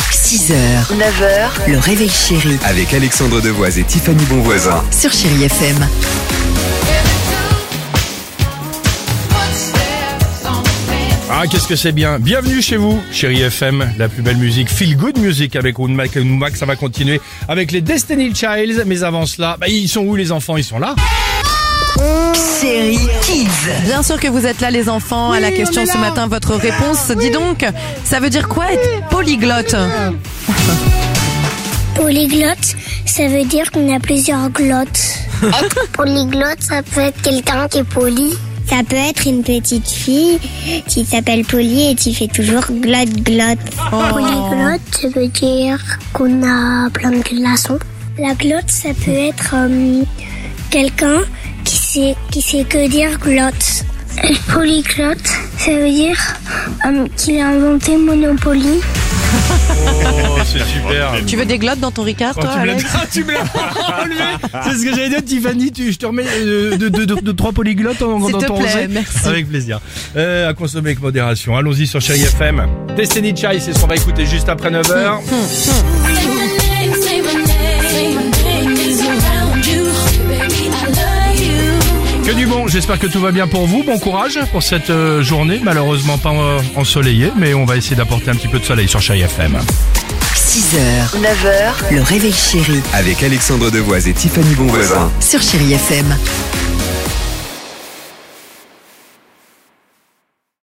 6h, 9h, le réveil chéri Avec Alexandre Devoise et Tiffany Bonvoisin. sur Chéri FM. Ah, qu'est-ce que c'est bien Bienvenue chez vous, chérie FM, la plus belle musique, feel good music avec Ounmak et Noumak, ça va continuer avec les Destiny Childs, mais avant cela, bah, ils sont où les enfants Ils sont là Chéri Kids. Bien sûr que vous êtes là les enfants à la question ce matin, votre réponse, dis donc, ça veut dire quoi être polyglotte Polyglotte, ça veut dire qu'on a plusieurs glottes. Polyglotte, ça peut être quelqu'un qui est poli. Ça peut être une petite fille qui s'appelle Polly et qui fait toujours glotte glotte. Polyglotte, ça veut dire qu'on a plein de glaçons. La glotte, ça peut être euh, quelqu'un qui sait, qui sait que dire glotte. Polyglotte, ça veut dire euh, qu'il a inventé Monopoly. Oh, c'est super Tu veux des glottes dans ton Ricard Oh, toi tu me l'as Alex Ah, tu me l'as enlevé C'est ce que j'allais dire, Tiffany, tu, je te remets euh, de, de, de, de trois polyglottes en, S'il dans te ton plaît, rosé. merci. Avec plaisir. Euh, à consommer avec modération. Allons-y sur chérie FM. Destiny Childs, c'est ce qu'on va écouter juste après 9h. Que du bon, j'espère que tout va bien pour vous. Bon courage pour cette euh, journée, malheureusement pas euh, ensoleillée, mais on va essayer d'apporter un petit peu de soleil sur Chai FM. 6h, 9h, le réveil chéri Avec Alexandre Devoise et Tiffany Bonvoisin. sur Chéri FM.